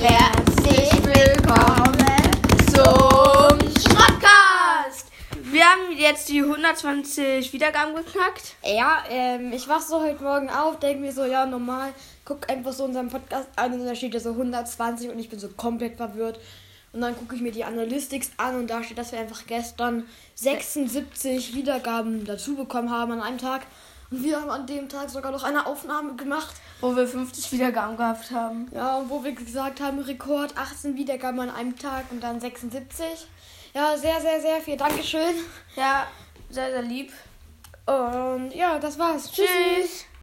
Herzlich willkommen zum Schrottcast. Wir haben jetzt die 120 Wiedergaben geknackt. Ja, ähm, ich wach so heute Morgen auf, denke mir so, ja, normal, guck einfach so unseren Podcast an und da steht ja so 120 und ich bin so komplett verwirrt. Und dann gucke ich mir die Analytics an und da steht, dass wir einfach gestern 76 Wiedergaben dazu bekommen haben an einem Tag. Und wir haben an dem Tag sogar noch eine Aufnahme gemacht, Wo wir 50 Wiedergaben gehabt haben. ja, und wo wir gesagt haben, Rekord 18 Wiedergaben an einem Tag und dann 76. Ja, sehr, sehr, sehr viel. Dankeschön. Ja, sehr, sehr lieb. Und ja, das war's. Tschüssi. Tschüss.